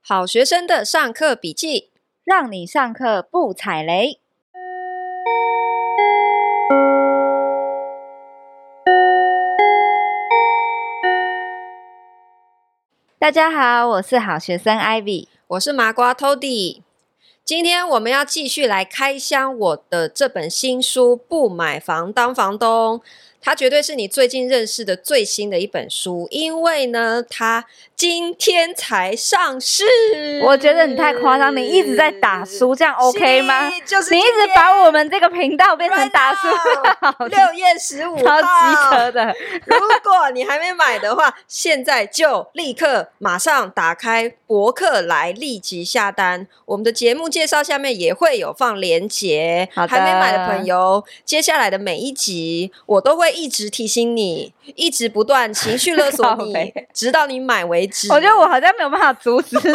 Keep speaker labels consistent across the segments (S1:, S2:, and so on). S1: 好学生的上课笔记。
S2: 让你上课不踩雷。大家好，我是好学生 Ivy。
S1: 我是麻瓜 Toddy。今天我们要继续来开箱我的这本新书《不买房当房东》，它绝对是你最近认识的最新的一本书，因为呢，它今天才上市。
S2: 我觉得你太夸张，你一直在打书，这样 OK 吗？
S1: 嗯是？就是
S2: 你一
S1: 今
S2: 直
S1: 天
S2: 把我们这个频道变成打书，
S1: Right now，六月十五
S2: 超
S1: 号
S2: 机车的。
S1: 如果你还没买的话，现在就立刻马上打开博客来，立即下单。我们的节目介绍下面也会有放链接，
S2: 好的
S1: 还没买的朋友，接下来的每一集我都会一直提醒你，一直不断情绪勒索
S2: 靠
S1: 你
S2: 北，
S1: 直到你买为止。
S2: 我觉得我好像没有办法阻止你。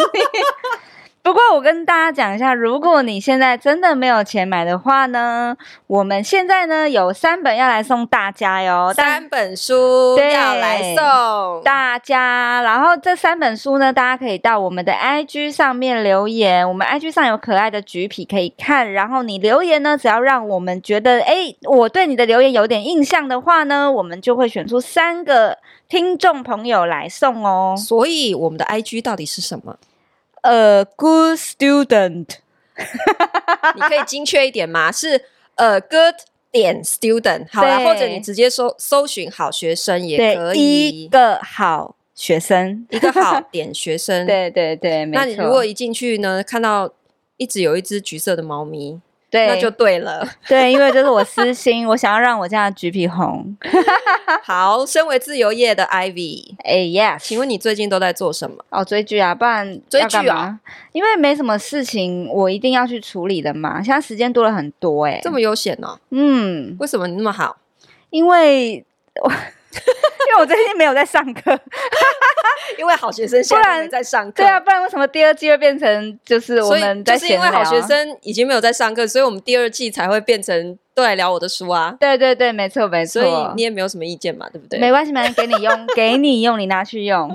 S2: 不过我跟大家讲一下，如果你现在真的没有钱买的话呢，我们现在呢有三本要来送大家哟，但
S1: 三本书
S2: 对
S1: 要来送，
S2: 大家，然后这三本书呢，大家可以到我们的 IG 上面留言，我们 IG 上有可爱的橘皮可以看。然后你留言呢，只要让我们觉得，哎，我对你的留言有点印象的话呢，我们就会选出三个听众朋友来送哦。
S1: 所以我们的 IG 到底是什么？
S2: 呃，Good Student。
S1: 你可以精确一点吗？是呃 good 点 student 好啦，
S2: 对
S1: 或者你直接搜搜寻好学生也可
S2: 对，一
S1: 以，
S2: 个好学生。
S1: 一个好点学生。，
S2: 对对对，没
S1: 那
S2: 错。
S1: 你如果一进去呢，看到一直有一只橘色的猫咪，
S2: 对
S1: 那 就对了。
S2: 对，因为这是我私心，我想要让我家的橘皮红。
S1: 好，身为自由业的 Ivy，
S2: 哎、yes，
S1: 请问你最近都在做什么？
S2: 哦，追剧啊，不然
S1: 追
S2: 要干
S1: 剧啊
S2: 嘛，因为没什么事情我一定要去处理的嘛。现在时间多了很多、欸，
S1: 这么悠闲呢、
S2: 嗯，
S1: 为什么你那么好？
S2: 因为 我因为我最近没有在上课，
S1: 因为好学生现在都没在上课，
S2: 对啊，，不然为什么第二季会变成就是我
S1: 所以
S2: 们在
S1: 就是因
S2: 闲
S1: 为好
S2: 聊？
S1: 学生已经没有在上课，所以我们第二季才会变成都来聊我的书啊。
S2: 对对对，没错没错，
S1: 所以你也没有什么意见嘛，对不对？
S2: 没关系，没关系，给你用，给你用，你拿去用。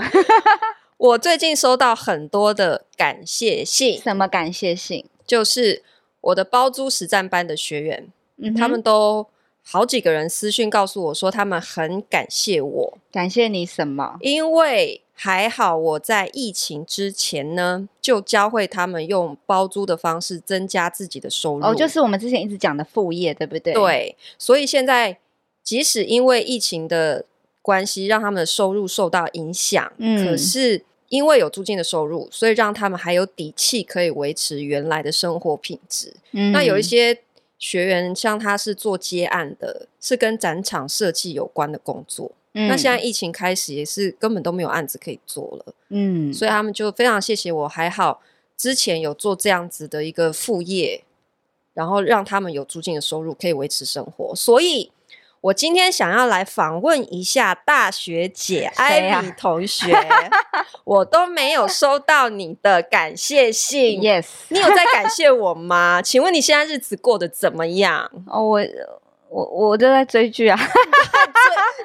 S1: 我最近收到很多的感谢信，
S2: 什么感谢信？
S1: 就是我的包租实战班的学员，
S2: 嗯哼，
S1: 他们都好几个人私讯告诉我说，他们很感谢我，
S2: 感谢你什么？
S1: 因为还好我在疫情之前呢，就教会他们用包租的方式增加自己的收入。
S2: 哦，就是我们之前一直讲的副业，对不对？，
S1: 对，所以现在即使因为疫情的关系，让他们的收入受到影响，可
S2: 嗯
S1: 是因为有租金的收入，所以让他们还有底气可以维持原来的生活品质。
S2: 嗯
S1: 那有一些学员，像他是做接案的，是跟展场设计有关的工作。
S2: 嗯
S1: 那现在疫情开始，也是根本都没有案子可以做了，
S2: 嗯，嗯
S1: 所以他们就非常谢谢我，还好之前有做这样子的一个副业，然后让他们有租金的收入，可以维持生活。所以，我今天想要来访问一下大学姐
S2: 谁
S1: 艾
S2: 啊
S1: 米同 学，我都没有收到你的感谢信。
S2: yes。
S1: 你有在感谢我吗？ 请问你现在日子过得怎么样？
S2: 哦，我我我就在追剧啊，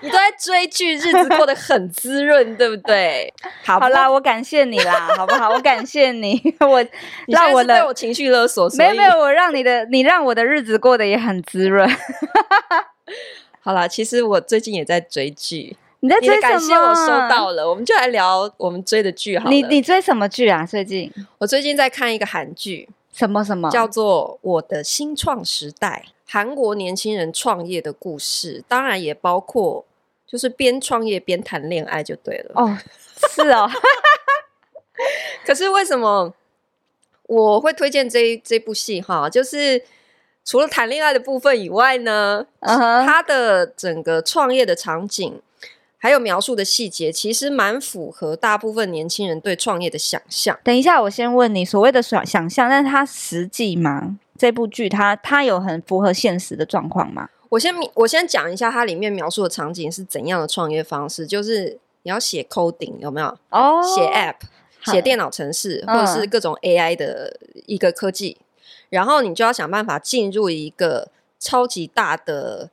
S1: 你都在追剧，日子过得很滋润，对不 对？好，
S2: 好啦，
S1: 不过，
S2: 我感谢你啦， 好不好？我感谢你， 我
S1: 你现在
S2: 让我
S1: 是被
S2: 的
S1: 我情绪勒索，所
S2: 没有
S1: 以
S2: 没有，我让你的你让我的日子过得也很滋润。
S1: 好啦，其实我最近也在追剧，
S2: 你在
S1: 你的
S2: 追
S1: 感
S2: 什
S1: 谢我
S2: 么？
S1: 收到了，我们就来聊我们追的剧好了。
S2: 你你追什么剧啊？最近
S1: 我最近在看一个韩剧，
S2: 什么什么？
S1: 叫做《我的新创时代》，韩国年轻人创业的故事，当然也包括就是边创业边谈恋爱就对了。
S2: 哦，是 哦，
S1: 可是为什么我会推荐这一这部戏哈？就是除了谈恋爱的部分以外呢，
S2: 嗯哼，
S1: 它的整个创业的场景，还有描述的细节，其实蛮符合大部分年轻人对创业的想象。
S2: 等一下，我先问你，所谓的想想象，但是它实际吗？这部剧它它有很符合现实的状况吗？
S1: 我先我先讲一下它里面描述的场景是怎样的创业方式，就是你要写 coding 有没有？
S2: 哦
S1: 写 app、
S2: 好
S1: 写电脑程式，或者是
S2: 嗯
S1: 各种 AI 的一个科技，然后你就要想办法进入一个超级大的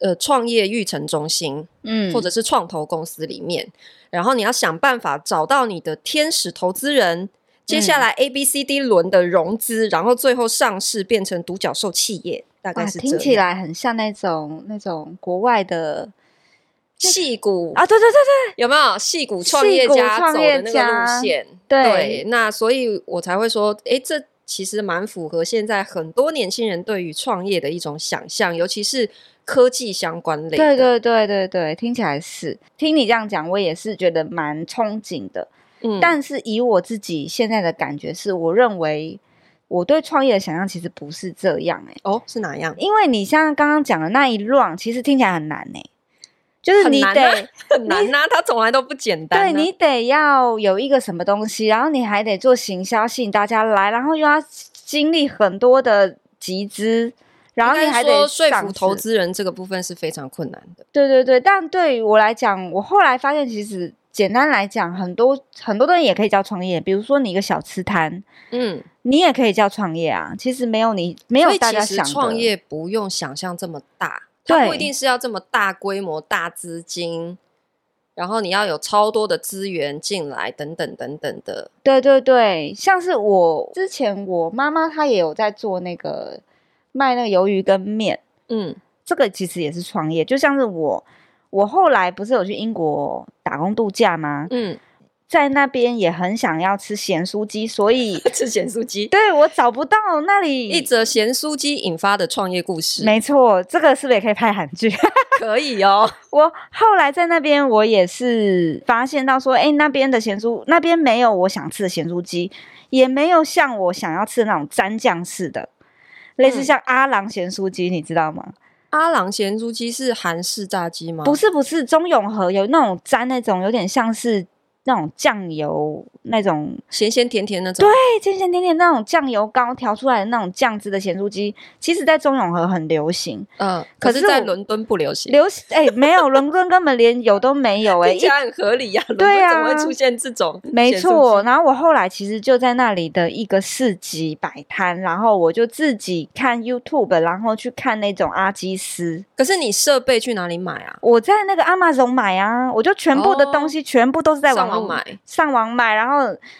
S1: 呃创业育成中心，
S2: 嗯
S1: 或者是创投公司里面，然后你要想办法找到你的天使投资人，接
S2: 嗯
S1: 下来 A、B、C、D 轮的融资，然后最后上市变成独角兽企业，大概
S2: 哇，
S1: 是
S2: 听
S1: 这
S2: 起
S1: 样。
S2: 来很像那种那种国外的
S1: 戏股
S2: 啊，对对对
S1: 有没有戏股创
S2: 矽
S1: 业
S2: 谷
S1: 家
S2: 创
S1: 走
S2: 业
S1: 的那个
S2: 家
S1: 路线？
S2: 对
S1: 那所以我才会说，诶，这其实蛮符合现在很多年轻人对于创业的一种想象，尤其是科技相关类
S2: 对
S1: 的。
S2: 对对对对，听起来是听你这样讲，我也是觉得蛮憧憬的。
S1: 嗯，
S2: 但是以我自己现在的感觉是，我认为我对创业的想象其实不是这样哎、
S1: 哦是哪样？
S2: 因为你像刚刚讲的那一 round，其实听起来很难哎、就是
S1: 很
S2: 你
S1: 难
S2: 得、
S1: 啊很难呐、它从来都不简单、啊。
S2: 对你得要有一个什么东西，然后你还得做行销吸引大家来，然后又要经历很多的集资，然后你
S1: 应该
S2: 还
S1: 说
S2: 得
S1: 说
S2: 上
S1: 服投
S2: 市嗯
S1: 资人这个部分是非常困难的。
S2: 对对对，但对于我来讲，我后来发现，其实简单来讲，很多很多东西也可以叫创业。比如说，你一个小吃摊，
S1: 嗯，
S2: 你也可以叫创业啊。其实没有你没
S1: 所
S2: 有
S1: 以
S2: 大
S1: 其
S2: 家
S1: 实
S2: 想的
S1: 创业不用想象这么大，它不
S2: 对
S1: 一定是要这么大规模、大资金，然后你要有超多的资源进来，等等等等的。
S2: 对对对，像是我之前我妈妈她也有在做那个卖那个鱿鱼跟面，
S1: 嗯
S2: 这个其实也是创业。就像是我我后来不是有去英国打工度假吗？
S1: 嗯，
S2: 在那边也很想要吃咸酥鸡，所以
S1: 吃咸酥鸡，
S2: 对我找不到那里
S1: 一则咸酥鸡引发的创业故事，
S2: 没错，这个是不是也可以拍韩剧？
S1: 可以哦。
S2: 我后来在那边，我也是发现到说，哎、那边的咸酥，那边没有我想吃的咸酥鸡，也没有像我想要吃的那种蘸酱式的，类似
S1: 嗯
S2: 像阿郎咸酥鸡，你知道吗？
S1: 阿郎咸酥鸡是韩式炸鸡吗？
S2: 不，是，不是，中永和有那种沾那种有点像是那种酱油那种，
S1: 咸咸甜甜那种。
S2: 哎、甜甜甜甜那种酱油膏调出来的那种酱汁的咸酥鸡，其实在中永和很流行。
S1: 嗯、
S2: 可
S1: 可
S2: 是
S1: 是，在
S2: 我
S1: 伦敦不流行。
S2: 流行哎、没有，伦敦根本连有都没有 哎、
S1: 听起来很合理呀、伦
S2: 对
S1: 敦
S2: 啊
S1: 怎么会出现这种？
S2: 没错，，然后我后来其实就在那里的一个市集摆摊，然后我就自己看 YouTube，然后去看那种阿基斯。
S1: 可是你设备去哪里买啊？
S2: 我在那个 Amazon 买啊，我就全部的
S1: 哦
S2: 东西全部都是在
S1: 上
S2: 网
S1: 网
S2: 络
S1: 买，
S2: 上网买，然后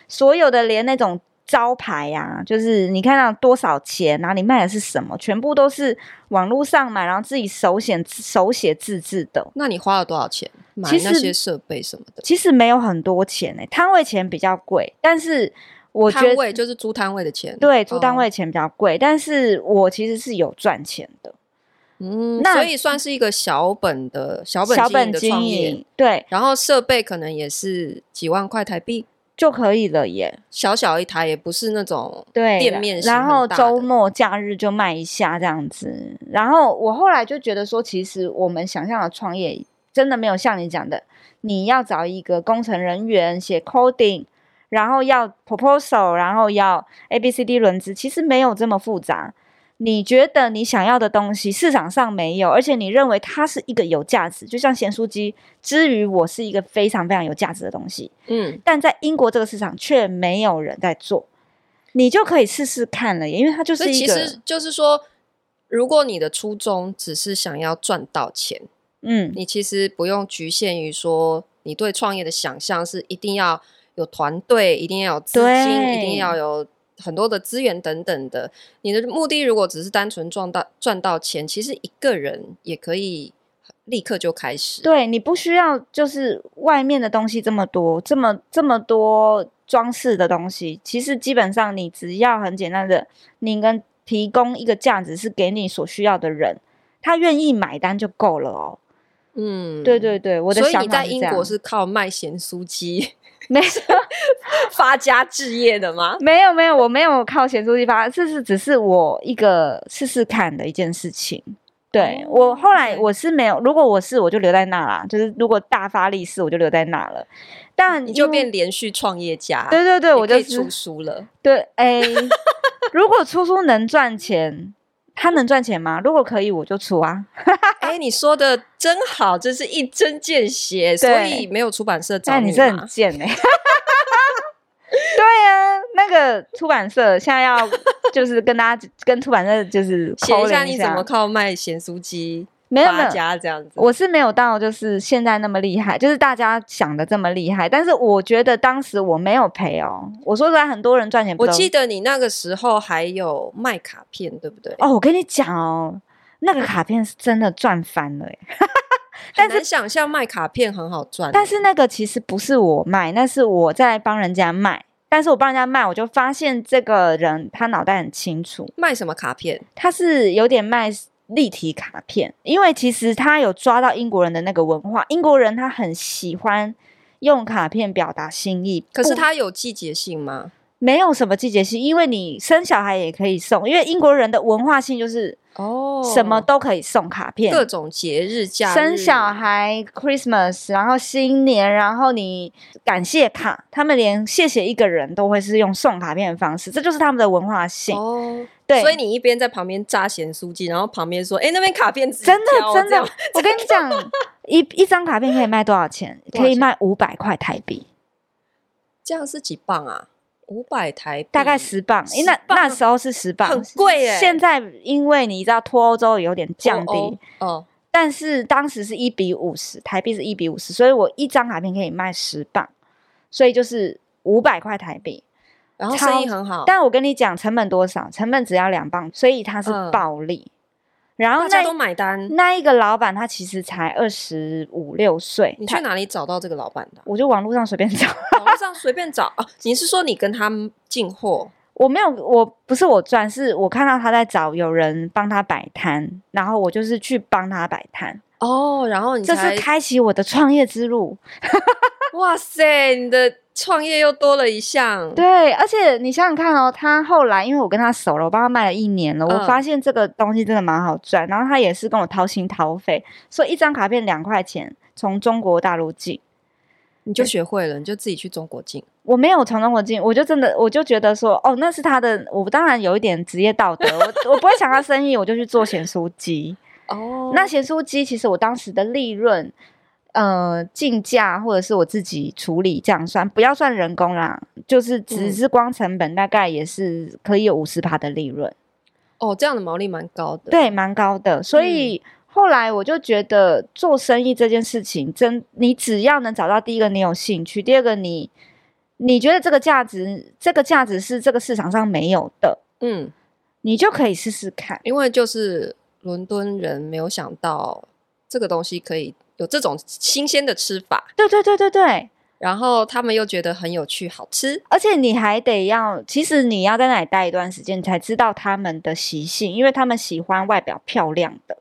S2: 所有的连那种招牌呀、就是你看到多少钱，然后你卖的是什么，全部都是网络上买，然后自己手写手写自制的。
S1: 那你花了多少钱买
S2: 其
S1: 那
S2: 实
S1: 些设备什么的？
S2: 其实没有很多钱诶、摊位钱比较贵，但是我觉
S1: 摊
S2: 得
S1: 位就是租摊位的钱，
S2: 对，租单
S1: 哦
S2: 位钱比较贵，但是我其实是有赚钱的，
S1: 嗯，
S2: 那
S1: 所以算是一个小本的小本
S2: 小
S1: 经营
S2: 本
S1: 的
S2: 经
S1: 创业，
S2: 营，对
S1: 然后设备可能也是几万块台币，
S2: 就可以了耶。
S1: 小小一台，也不是那种
S2: 对，
S1: 店
S2: 然
S1: 面型
S2: 然
S1: 很
S2: 后
S1: 大
S2: 周
S1: 的
S2: 末假日就卖一下这样子。然后我后来就觉得说，其实我们想象的创业真的没有像你讲的，你要找一个工程人员写 coding，然后要 proposal，然后要 A B C D 轮值，其实没有这么复杂。你觉得你想要的东西市场上没有，而且你认为它是一个有价值，就像咸酥鸡之于我是一个非常非常有价值的东西，
S1: 嗯，
S2: 但在英国这个市场却没有人在做，你就可以试试看了耶，因为它就
S1: 所
S2: 是
S1: 以
S2: 一
S1: 其
S2: 个
S1: 实就是说，如果你的初衷只是想要赚到钱，
S2: 嗯，
S1: 你其实不用局限于说你对创业的想象是一定要有团队，一定要有资金，一
S2: 对
S1: 定要有很多的资源等等的。你的目的如果只是单纯赚到赚到钱，其实一个人也可以立刻就开始。
S2: 对你不需要就是外面的东西这么多，这么这么多装饰的东西，其实基本上你只要很简单的，你跟提供一个价值是给你所需要的人，他愿意买单就够了哦。
S1: 嗯，
S2: 对。对对，我的
S1: 所以
S2: 想
S1: 你
S2: 法
S1: 在
S2: 是
S1: 英
S2: 这
S1: 国
S2: 样
S1: 是靠卖咸酥鸡
S2: 没
S1: 发家致业的吗？
S2: 没有没有，我没有靠咸酥鸡发，这是只是我一个试试看的一件事情。对、
S1: 哦
S2: 我后来
S1: OK
S2: 我是没有，如果我是我就留在那啦，就是如果大发利是我就留在那了，但
S1: 你就
S2: 因为
S1: 变连续创业家，
S2: 对对对，
S1: 你可
S2: 我就
S1: 以
S2: 是
S1: 出书了。
S2: 对，哎、如果出书能赚钱，他能赚钱吗？如果可以，我就出啊。
S1: 哎，你说的真好，这是一针见血，所
S2: 对
S1: 以没有出版社找
S2: 但你
S1: 你
S2: 是很
S1: 嘛？
S2: 贱哎、 对啊，那个出版社现在要就是跟大家跟出版社就是
S1: 写
S2: 扣
S1: 一下
S2: 连
S1: 你怎么靠卖咸酥鸡
S2: 没有没
S1: 发
S2: 有，
S1: 家这样子。
S2: 我是没有到就是现在那么厉害，就是大家想的这么厉害。但是我觉得当时我没有赔哦。我说实在，很多人赚钱不
S1: 我
S2: 都
S1: 记得你那个时候还有卖卡片，对不对？
S2: 哦，我跟你讲哦，那个卡片是真的赚翻了耶。但
S1: 很难想象卖卡片很好赚欸，
S2: 但是那个其实不是我卖，那是我在帮人家卖。但是我帮人家卖，我就发现这个人他脑袋很清楚，
S1: 卖什么卡片？
S2: 他是有点卖立体卡片，因为其实他有抓到英国人的那个文化，英国人他很喜欢用卡片表达心意，
S1: 可是
S2: 不
S1: 它有季节性吗？
S2: 没有什么季节性，因为你生小孩也可以送，因为英国人的文化性就是
S1: 哦
S2: 什么都可以送卡片，
S1: 各种节日假日
S2: 生啊小孩、Christmas，然后新年，然后你感谢卡，他们连谢谢一个人都会是用送卡片的方式，这就是他们的文化性。
S1: 哦，
S2: 对，
S1: 所以你一边在旁边扎咸酥鸡，然后旁边说：“哎、那边卡片自己
S2: 真的
S1: 挑哦
S2: 真
S1: 这
S2: 的
S1: 样，
S2: 我跟你讲，一一张卡片可以卖多少钱？
S1: 多少
S2: 可以
S1: 钱
S2: 卖五百块台币，
S1: 这样是几磅啊？五百台币，
S2: 大概十磅。因为那
S1: 10磅
S2: 那时候是十磅，
S1: 很贵耶
S2: 现在因为你知道脱欧之后有点降低，
S1: 哦哦哦
S2: 但是当时是一比五十，台币是一比五十，所以我一张卡片可以卖十磅，所以就是五百块台币。
S1: 然后
S2: 超
S1: 生意很好，
S2: 但我跟你讲，成本多少？成本只要两磅，所以它是
S1: 嗯
S2: 暴利。然后
S1: 大家都
S2: 那嗯
S1: 买单。
S2: 那一个老板他其实才二十五六岁
S1: 你，
S2: 他？
S1: 去哪里找到这个老板的啊
S2: 我就网络上随便找，
S1: 网络上随便找哦。你是说你跟他们进货？
S2: 我没有，我不是我赚，是我看到他在找有人帮他摆摊，然后我就是去帮他摆摊，
S1: 哦，然后你
S2: 这
S1: 才
S2: 是开启我的创业之路。
S1: 哇塞，你的创业又多了一项。
S2: 对，而且你想想看哦，他后来因为我跟他熟了，我帮他卖了一年了，我
S1: 嗯
S2: 发现这个东西真的蛮好赚。然后他也是跟我掏心掏肺，说一张卡片两块钱，从中国大陆进。
S1: 你就学会了，你就自己去中国进。
S2: 我没有从中国进，我就真的我就觉得说，哦，那是他的。我当然有一点职业道德，我我不会抢他生意，我就去做咸酥鸡。
S1: 哦
S2: 那咸酥鸡其实我当时的利润，呃，进价或者是我自己处理这样算，不要算人工啦，就是只
S1: 嗯
S2: 是光成本，大概也是可以有五十趴的利润，
S1: 哦，这样的毛利蛮高的。，
S2: 对，嗯蛮高的。所以后来我就觉得做生意这件事情，真你只要能找到第一个你有兴趣，第二个你你觉得这个价值，这个价值是这个市场上没有的，
S1: 嗯，
S2: 你就可以试试看。
S1: 因为就是伦敦人没有想到这个东西可以有这种新鲜的吃法，
S2: 对对对对对。
S1: 然后他们又觉得很有趣、好吃。
S2: 而且你还得要，其实你要在那里待一段时间，你才知道他们的习性，因为他们喜欢外表漂亮的，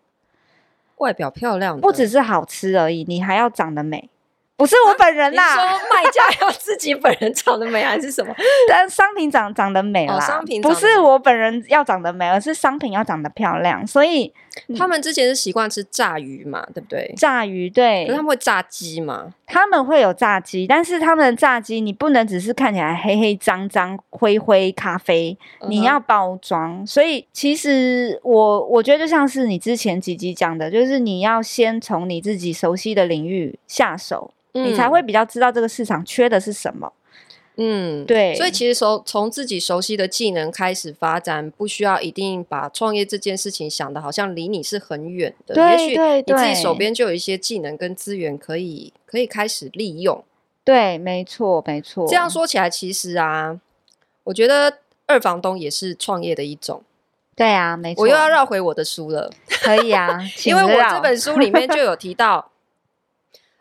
S1: 外表漂亮的，
S2: 不只是好吃而已，你还要长得美。不是我本人
S1: 你
S2: 啦，
S1: 说卖家要自己本人长得美还是什么？
S2: 但商品长长得美啦，
S1: 哦商品长
S2: 不
S1: 得
S2: 是
S1: 美
S2: 我本人要长得美，而是商品要长得漂亮。所以
S1: 他们之前是习惯吃炸鱼嘛，对不对？
S2: 炸鱼
S1: 可
S2: 对
S1: 是他们会炸鸡嘛？
S2: 他们会有炸鸡，但是他们的炸鸡你不能只是看起来黑黑脏脏、灰灰咖啡，
S1: 嗯
S2: 你要包装。所以其实我我觉得就像是你之前几集讲的，就是你要先从你自己熟悉的领域下手，
S1: 嗯
S2: 你才会比较知道这个市场缺的是什么。
S1: 嗯，
S2: 对
S1: 所以其实从从自己熟悉的技能开始发展，不需要一定把创业这件事情想的好像离你是很远的。
S2: 对
S1: 也许
S2: 对
S1: 你自己
S2: 对
S1: 手边就有一些技能跟资源可以可以开始利用。
S2: 对，没错，没错。
S1: 这样说起来，其实啊，我觉得二房东也是创业的一种。
S2: 对啊，没错。
S1: 我又要绕回我的书了，
S2: 可以啊，
S1: 因为我
S2: 请绕
S1: 这本书里面就有提到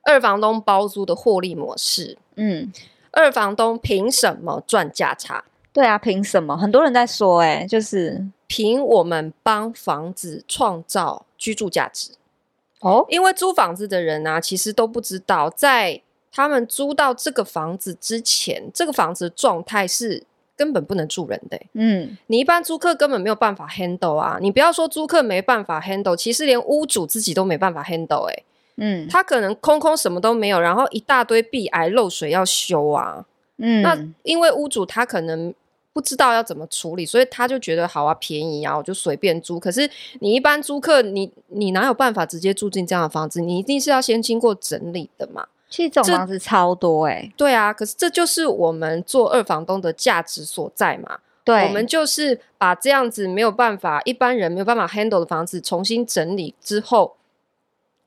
S1: 二房东包租的获利模式。
S2: 嗯，
S1: 二房东凭什么赚价差？
S2: 对啊，凭什么？很多人在说、欸，哎，就是
S1: 凭我们帮房子创造居住价值。
S2: 哦，
S1: 因为租房子的人啊，其实都不知道，在他们租到这个房子之前，这个房子的状态是根本不能住人的欸、
S2: 嗯，
S1: 你一般租客根本没有办法 handle 啊！你不要说租客没办法 handle，其实连屋主自己都没办法 handle、欸。
S2: 嗯
S1: 他可能空空什么都没有，然后一大堆壁癌漏水要修啊。
S2: 嗯，
S1: 那因为屋主他可能不知道要怎么处理，所以他就觉得好啊，便宜啊，我就随便租。可是你一般租客，你你哪有办法直接住进这样的房子？你一定是要先经过整理的嘛。
S2: 其实这种
S1: 这
S2: 房子超多哎、
S1: 对啊，可是这就是我们做二房东的价值所在嘛。
S2: 对，
S1: 我们就是把这样子没有办法一般人没有办法 handle 的房子重新整理之后，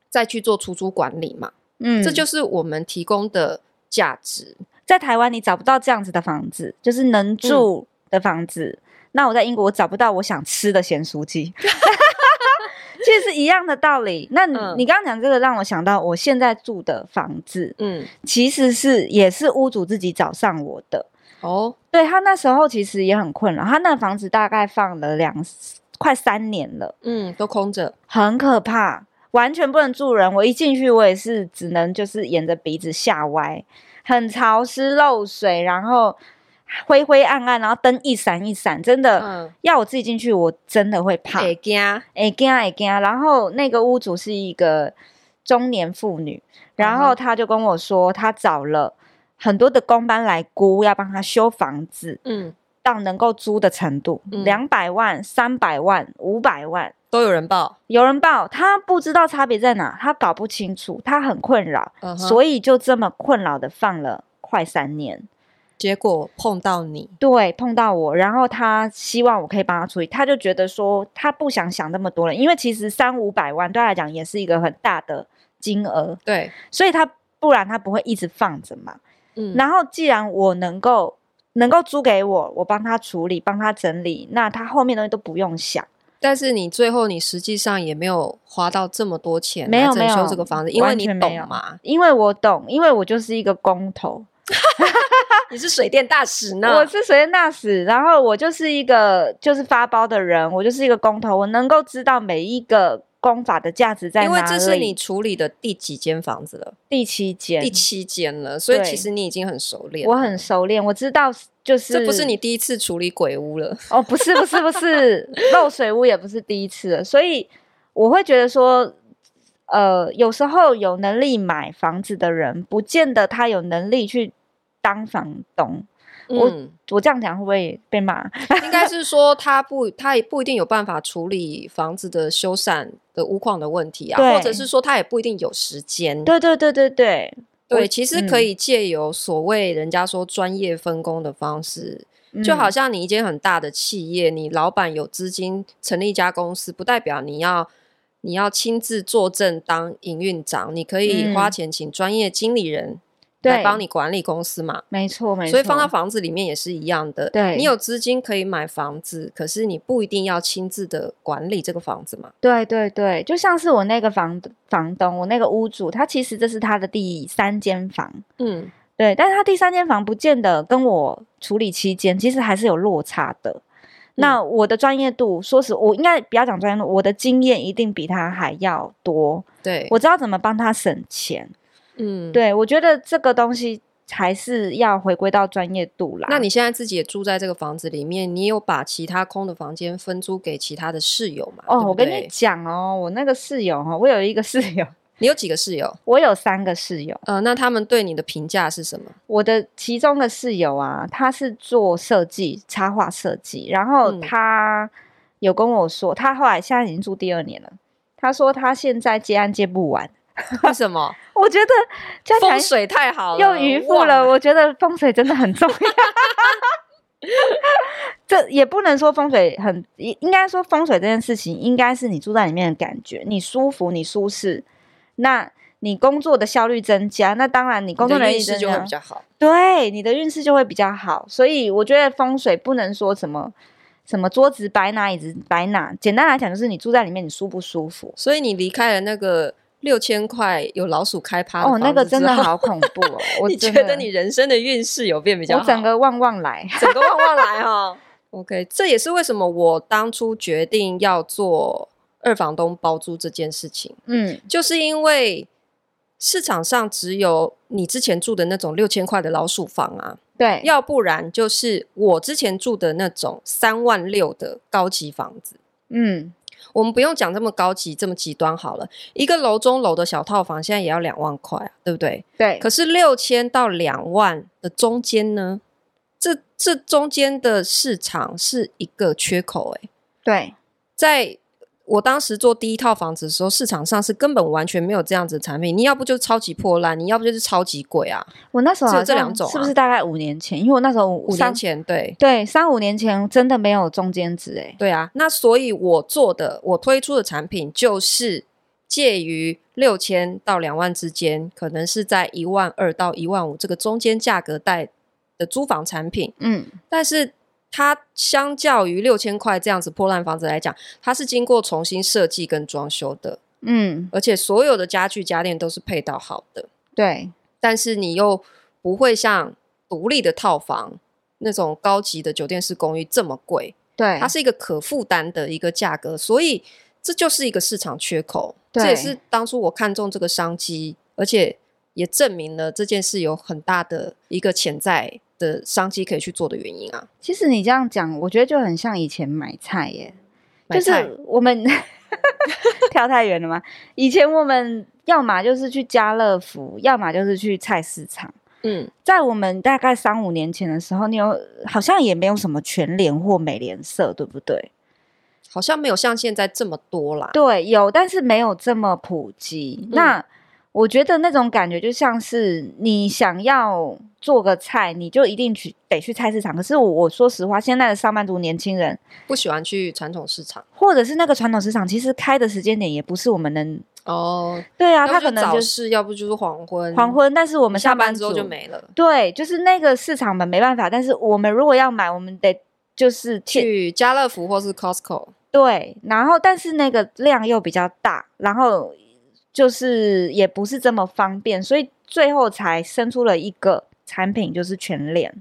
S1: 再去做出租管理嘛。
S2: 嗯，
S1: 这就是我们提供的价值。
S2: 在台湾你找不到这样子的房子，就是能住的房子。那我在英国我找不到我想吃的咸酥鸡， 其实是一样的道理。那你、
S1: 嗯
S2: 你刚刚讲这个让我想到，我现在住的房子
S1: 嗯，
S2: 其实是也是屋主自己找上我的。
S1: 哦，
S2: 对他那时候其实也很困扰，他那房子大概放了两快三年了，
S1: 嗯，都空着。
S2: 很可怕，完全不能住人。我一进去，我也是只能就是沿着鼻子下歪，很潮湿漏水，然后灰灰暗暗，然后灯一闪一闪，真的、
S1: 嗯，
S2: 要我自己进去，我真的会怕，
S1: 北家，
S2: 哎惊哎惊。然后那个屋主是一个中年妇女，然
S1: 嗯
S2: 后
S1: 哼
S2: 她就跟我说，她找了很多的工班来估，要帮她修房子。
S1: 嗯，
S2: 到能够租的程度，
S1: 嗯
S2: 两百、万、三百万、五百万，
S1: 都有人报。
S2: 有人报，他不知道差别在哪，他搞不清楚，他很困扰，
S1: 嗯哼，
S2: 所以就这么困扰的放了快三年。
S1: 结果碰到你，
S2: 对，碰到我，然后他希望我可以帮他处理，他就觉得说他不想想那么多了，因为其实三五百万对他来讲也是一个很大的金额，
S1: 对，
S2: 所以他不然他不会一直放着嘛。
S1: 嗯，
S2: 然后既然我能够能够租给我，我帮他处理，帮他整理，那他后面的东西都不用想。
S1: 但是你最后你实际上也没有花到这么多钱
S2: 没
S1: 来
S2: 有
S1: 整
S2: 没
S1: 修
S2: 有
S1: 这个房子，因为
S2: 完
S1: 你
S2: 全没有
S1: 懂嘛，啊
S2: 因为我懂，因为我就是一个工头，
S1: 你是水电大使呢。
S2: 我是随便那死，然后我就是一个就是发包的人，我就是一个工头，我能够知道每一个工法的价值在
S1: 因
S2: 哪里。
S1: 为这是你处理的第几间房子了？
S2: 第七间
S1: 第，七间了，所以其
S2: 对
S1: 实你已经很熟练。
S2: 我很熟练，我知道就是
S1: 这不是你第一次处理鬼屋了，
S2: 哦，不是不是不是漏水屋也不是第一次了，所以我会觉得说。呃，有时候有能力买房子的人，不见得他有能力去当房东。我
S1: 嗯，
S2: 我这样讲会不会被骂？
S1: 应该是说他不，他也不一定有办法处理房子的修缮的屋况的问题啊，
S2: 对
S1: 或者是说他也不一定有时间。
S2: 对对对对对，
S1: 对
S2: 我
S1: 其实可
S2: 嗯
S1: 以借由所谓人家说专业分工的方式，就
S2: 嗯
S1: 好像你一间很大的企业，你老板有资金成立一家公司，不代表你要你要亲自坐镇当营运长，你可以花
S2: 嗯
S1: 钱请专业经理人来
S2: 对
S1: 帮你管理公司嘛。
S2: 没错，没错。
S1: 所以放到房子里面也是一样的，
S2: 对
S1: 你有资金可以买房子，可是你不一定要亲自的管理这个房子嘛。
S2: 对对对，就像是我那个房房东，我那个屋主，他其实这是他的第三间房，
S1: 嗯，
S2: 对，但是他第三间房不见得跟我处理期间，其实还是有落差的。
S1: 嗯
S2: 那我的专业度，说实，我应该不要讲专业度，我的经验一定比他还要多。
S1: 对，
S2: 我知道怎么帮他省钱。
S1: 嗯，。
S2: 对，我觉得这个东西还是要回归到专业度啦。
S1: 那你现在自己也住在这个房子里面，你有把其他空的房间分租给其他的室友吗？
S2: 哦，
S1: 对不
S2: 我跟你
S1: 对
S2: 讲哦，我那个室友哦，我有一个室友，
S1: 你有几个室友？
S2: 我有三个室友。
S1: 呃，那他们对你的评价是什么？
S2: 我的其中的室友啊，他是做设计、插画设计，然后
S1: 嗯
S2: 他有跟我说，他后来现在已经住第二年了。他说他现在接案接不完，
S1: 为什 么？
S2: 我觉得加起来
S1: 风水太好了，
S2: 又渔夫了。
S1: 哇。
S2: 我觉得风水真的很重要。 这也不能说风水很，应应该说风水这件事情，应该是你住在里面的感觉，你舒服，你舒适，那你工作的效率增加，那当然你工
S1: 你
S2: 作
S1: 的
S2: 能力
S1: 运势
S2: 增
S1: 就会
S2: 加
S1: 比，较好，
S2: 对，你的运势就会比较好。所以我觉得风水不能说什么什么桌子摆哪，椅子摆哪。简单来讲，就是你住在里面，你舒不舒服？
S1: 所以你离开了那个六千块有老鼠开趴的
S2: 哦，那
S1: 房
S2: 个
S1: 子
S2: 真
S1: 之
S2: 的
S1: 后，
S2: 好恐怖哦！我
S1: 你
S2: 真
S1: 觉
S2: 的
S1: 得你人生的运势有变比较
S2: 我
S1: 好？
S2: 整个旺旺来，
S1: 整个旺旺来哦哈。OK，这 也是为什么我当初决定要做二房东包租这件事情，
S2: 嗯，
S1: 就是因为市场上只有你之前住的那种六千块的老鼠房啊，
S2: 对，
S1: 要不然就是我之前住的那种三万六的高级房子。
S2: 嗯，
S1: 我们不用讲这么高级、这么极端好了，一个楼中楼的小套房现在也要两万块啊，对不对？
S2: 对，
S1: 可是六千到两万的中间呢，这这中间的市场是一个缺口、欸，
S2: 对，
S1: 在我当时做第一套房子的时候，市场上是根本完全没有这样子的产品，你要不就是超级破烂，你要不就是超级贵啊，
S2: 我那时候
S1: 只有
S2: 好
S1: 这
S2: 像
S1: 两种啊
S2: 是不是大概五年前？因为我那时候
S1: 五
S2: 五
S1: 年
S2: 三，
S1: 前对。
S2: 对，三五年前真的没有中间值哎、
S1: 对啊，那所以我做的，我推出的产品就是介于六千到两万之间，可能是在一万二到一万五这个中间价格带的租房产品，
S2: 嗯，
S1: 但是它相较于六千块这样子破烂房子来讲，它是经过重新设计跟装修的，
S2: 嗯，
S1: 而且所有的家具家电都是配到好的，
S2: 对，
S1: 但是你又不会像独立的套房那种高级的酒店式公寓这么贵，
S2: 对，
S1: 它是一个可负担的一个价格，所以这就是一个市场缺口，
S2: 对
S1: 这也是当初我看中这个商机，而且也证明了这件事有很大的一个潜在的商机可以去做的原因啊。
S2: 其实你这样讲，我觉得就很像以前买菜耶，
S1: 买
S2: 就
S1: 菜
S2: 是我们 跳太远了吗？以前我们要么就是去家乐福，要么就是去菜市场。
S1: 嗯，
S2: 在我们大概三五年前的时候，你有好像也没有什么全联或美联社，对不对？
S1: 好像没有像现在这么多啦。
S2: 对，有，但是没有这么普及。那我觉得那种感觉就像是你想要做个菜，你就一定去得去菜市场。可是我我说实话，现在的上班族年轻人，
S1: 不喜欢去传统市场
S2: 或者是那个传统市场，其实开的时间点也不是我们能。
S1: 哦，
S2: 对啊，
S1: 要
S2: 他
S1: 不
S2: 可
S1: 就
S2: 能
S1: 早
S2: 就是
S1: 市，要不就是黄昏。
S2: 黄昏，但是我
S1: 我
S2: 们
S1: 们下
S2: 班
S1: 班之后
S2: 族
S1: 就。没了，
S2: 对，就是那个市场嘛，没办法。但是我们如果要买，我们得就是去
S1: 去家乐福或是 Costco。
S2: 对，然后但是那个量又比较大，然后就是也不是这么方便，所以最后才生出了一个产品，就是全脸。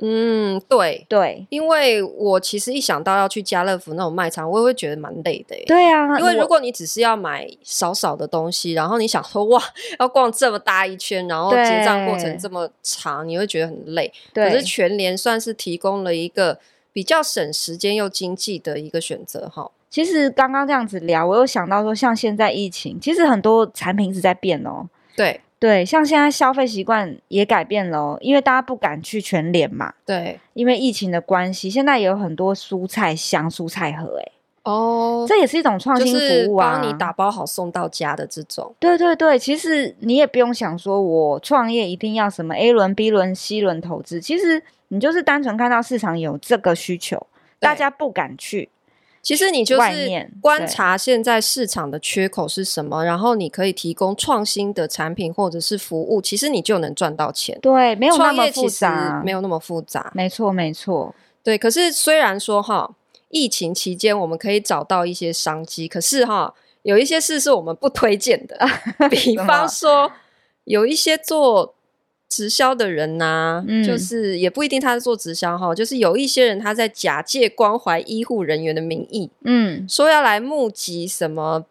S1: 嗯，对，
S2: 对，
S1: 因为我其实一想到要去家乐福那种卖场，我也会觉得蛮累的耶。欸
S2: 对啊，
S1: 因为如
S2: 我
S1: 果你只是要买少少的东西，然后你想说哇，要逛这么大一圈，然后结账过程
S2: 对
S1: 这么长，你会觉得很累。可
S2: 对
S1: 是全联算是提供了一个比较省时间又经济的一个选择哈。
S2: 其实刚刚这样子聊，我有想到说，像现在疫情，其实很多产品是在变哦。
S1: 对
S2: 对，像现在消费习惯也改变了、哦，因为大家不敢去全脸嘛，
S1: 对
S2: 因为疫情的关系，现在也有很多蔬菜箱、蔬菜盒、欸，
S1: 哦，
S2: 这也是一种创
S1: 就
S2: 新
S1: 是
S2: 服务啊。
S1: 帮你打包好送到家的这种。
S2: 对对对，其实你也不用想说我创业一定要什么 A 轮、B 轮、C 轮投资，其实你就是单纯看到市场有这个需求，大
S1: 对
S2: 家不敢去，
S1: 其实你就
S2: 外
S1: 是
S2: 面
S1: 观
S2: 对
S1: 察现在市场的缺口是什么，然后你可以提供创新的产品或者是服务，其实你就能赚到钱。
S2: 对，没有那
S1: 创
S2: 么
S1: 业
S2: 复
S1: 其实
S2: 杂，
S1: 没有那么复杂。
S2: 没错没错，
S1: 对，可是虽然说哈，疫情期间我们可以找到一些商机，可是哈，有一些事是我们不推荐的，比
S2: 什
S1: 方
S2: 么
S1: 说有一些做。直销的人呐、
S2: 嗯
S1: 就是也不一定他是做直销哈，就是有一些人他在假借关怀医护人员的名义，
S2: 嗯，
S1: 说要来募集什么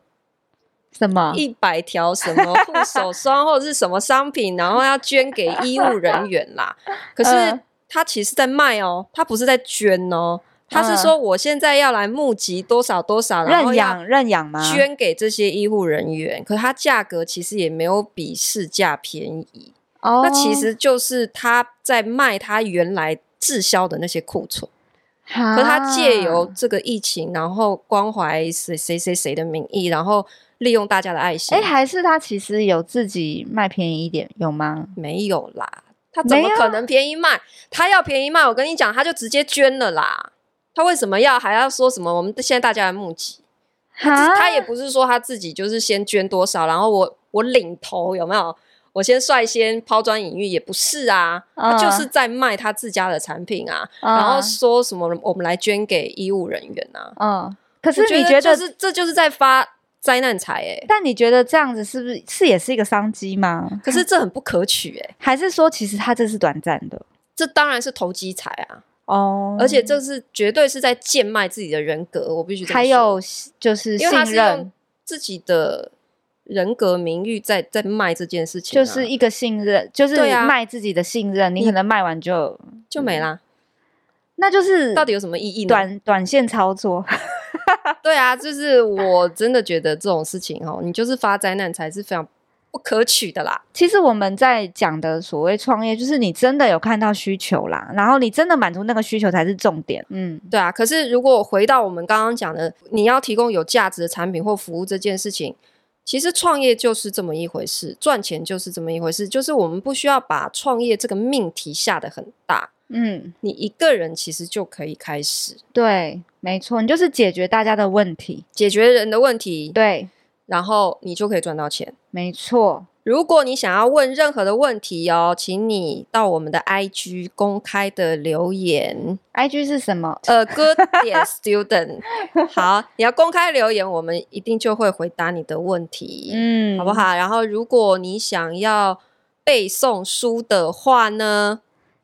S2: 什么？
S1: 一百条什么护手霜或者是什么商品，然后要捐给医务人员 啦。可是
S2: 嗯
S1: 他其实在卖哦，他不是在捐哦，他是说我现在要来募集多少多少，然后
S2: 认
S1: 要
S2: 养认养吗？
S1: 捐给这些医护人员。可它价格其实也没有比市价便宜，
S2: 哦，
S1: 那其实就是他在卖他原来滞销的那些库存。
S2: 哈，
S1: 可是他借由这个疫情，然后关怀谁谁谁谁的名义，然后利用大家的爱心，
S2: 哎，还是他其实有自己卖便宜一点，有吗？
S1: 没有啦，他怎么
S2: 没有啊
S1: 可能便宜卖？他要便宜卖，我跟你讲，他就直接捐了啦。他为什么要还要说什么？我们现在大家来募集，
S2: 哈，
S1: 他也不是说他自己就是先捐多少，然后我我领头有没有？我先率先抛砖引玉也不是啊，他就是在卖他自家的产品啊，
S2: 嗯，
S1: 然后说什么我们来捐给医务人员啊，
S2: 嗯，可是
S1: 我
S2: 你
S1: 觉
S2: 觉得
S1: 就是这就是在发灾难财哎、
S2: 但你觉得这样子是不是是也是一个商机吗？
S1: 可是这很不可取哎、
S2: 还是说其实它这是短暂的？
S1: 这当然是投机财啊，
S2: 哦
S1: 而且这是绝对是在贱卖自己的人格，我必须这么
S2: 嗯还
S1: 说
S2: 有就是
S1: 因
S2: 信
S1: 为他是用
S2: 任，
S1: 自己的人格名誉在在卖这件事情啊、
S2: 就是一个信任，就是
S1: 对啊
S2: 卖自己的信任，你可能卖完就
S1: 就没啦，
S2: 那就是
S1: 到底有什么意义呢？
S2: 嗯短短线操作，
S1: 对啊，就是我真的觉得这种事情哦，你就是发灾难才是非常不可取的啦。
S2: 其实我们在讲的所谓创业，就是你真的有看到需求啦，然后你真的满足那个需求才是重点。嗯，
S1: 对啊，可是如果回到我们刚刚讲的，你要提供有价值的产品或服务这件事情，其实创业就是这么一回事，赚钱就是这么一回事，就是我们不需要把创业这个命题下的很大，
S2: 嗯，
S1: 你一个人其实就可以开始
S2: 对，没错，你就是解决大家的问题。
S1: 解决人的问题，
S2: 对，
S1: 然后你就可以赚到钱。
S2: 没错，
S1: 如果你想要问任何的问题哦，请你到我们的 IG 公开的留言，
S2: IG 是什么？
S1: 呃，Good 点 Student，好，你要公开留言，我们一定就会回答你的问题。
S2: 嗯
S1: 好不？好？然后，如果你想要背诵书的话呢，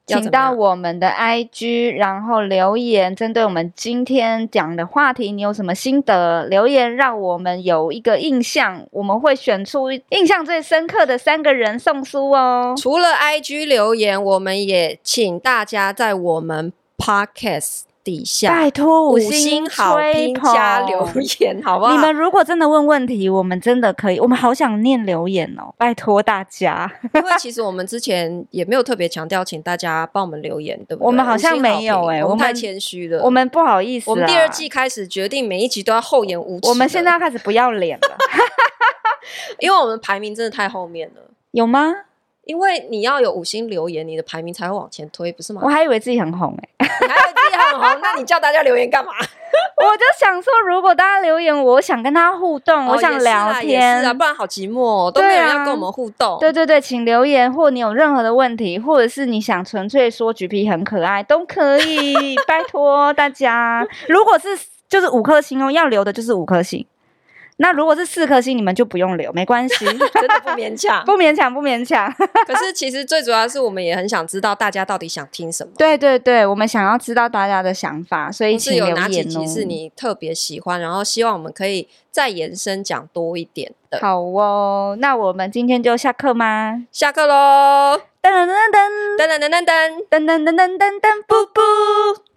S1: 要
S2: 嗯请
S1: 怎么
S2: 到
S1: 样
S2: 我们的 IG，然后留言，针对我们今天讲的话题，你有什么心得？留言让我们有一个印象，我们会选出印象最深刻的三个人送 书哦。
S1: 除了 IG 留言，我们也请大家在我们 Podcast 底下
S2: 拜托，
S1: 五
S2: 星
S1: 星好
S2: 吹
S1: 评
S2: 捧
S1: 加留言，好不好？
S2: 你们如果真的问问题，我们真的可以，我们好想念留言哦，拜托大家。
S1: 因为其实我们之前也没有特别强调，请大家帮我们留言，对不对？
S2: 我们好像
S1: 五星
S2: 没有
S1: 评
S2: 欸
S1: 我
S2: 我
S1: 们
S2: 们
S1: 太谦虚了。
S2: 我们不好意思啦，啊
S1: 我们第二季开始决定每一集都要厚颜无耻了。
S2: 我们现在要开始不要脸 了，
S1: 因为我们排名真的太后面了。
S2: 有吗？
S1: 因为你要有五星留言，你的排名才会往前推，不是吗
S2: 我？还以为自己很红哎、
S1: 你还有自己很红， 那你叫大家留言干嘛？
S2: 我就想说，如果大家留言，我想跟他互动， 我想
S1: 哦
S2: 聊
S1: 也是啊，
S2: 天。啊
S1: 也是啊，不然好寂寞哦，都没有人要跟我们互动。
S2: 对对对，请留言，或你有任何的问题，或者是你想纯粹说橘皮很可爱，都可 以，拜托大家。如果是就是五颗星哦，要留的就是五颗星。那如果是四颗星，你们就不用留，没关 系，
S1: 真的不勉强。
S2: 不勉强，不勉强。
S1: 可是其实最主要是我们也很想知道大家到底想听什么，
S2: 对对对，我们想要知道大家的想法，所以
S1: 或是
S2: 请
S1: 有
S2: 留
S1: 哪几
S2: 言
S1: 集
S2: 哦。
S1: 是你特别喜欢，然后希望我们可以再延伸讲多一点的。
S2: 好哦，那我们今天就下课吗？
S1: 下课喽，
S2: 噔噔噔
S1: 噔噔
S2: 噔
S1: 噔噔噔。
S2: 噔噔噔噔噔噔，布布。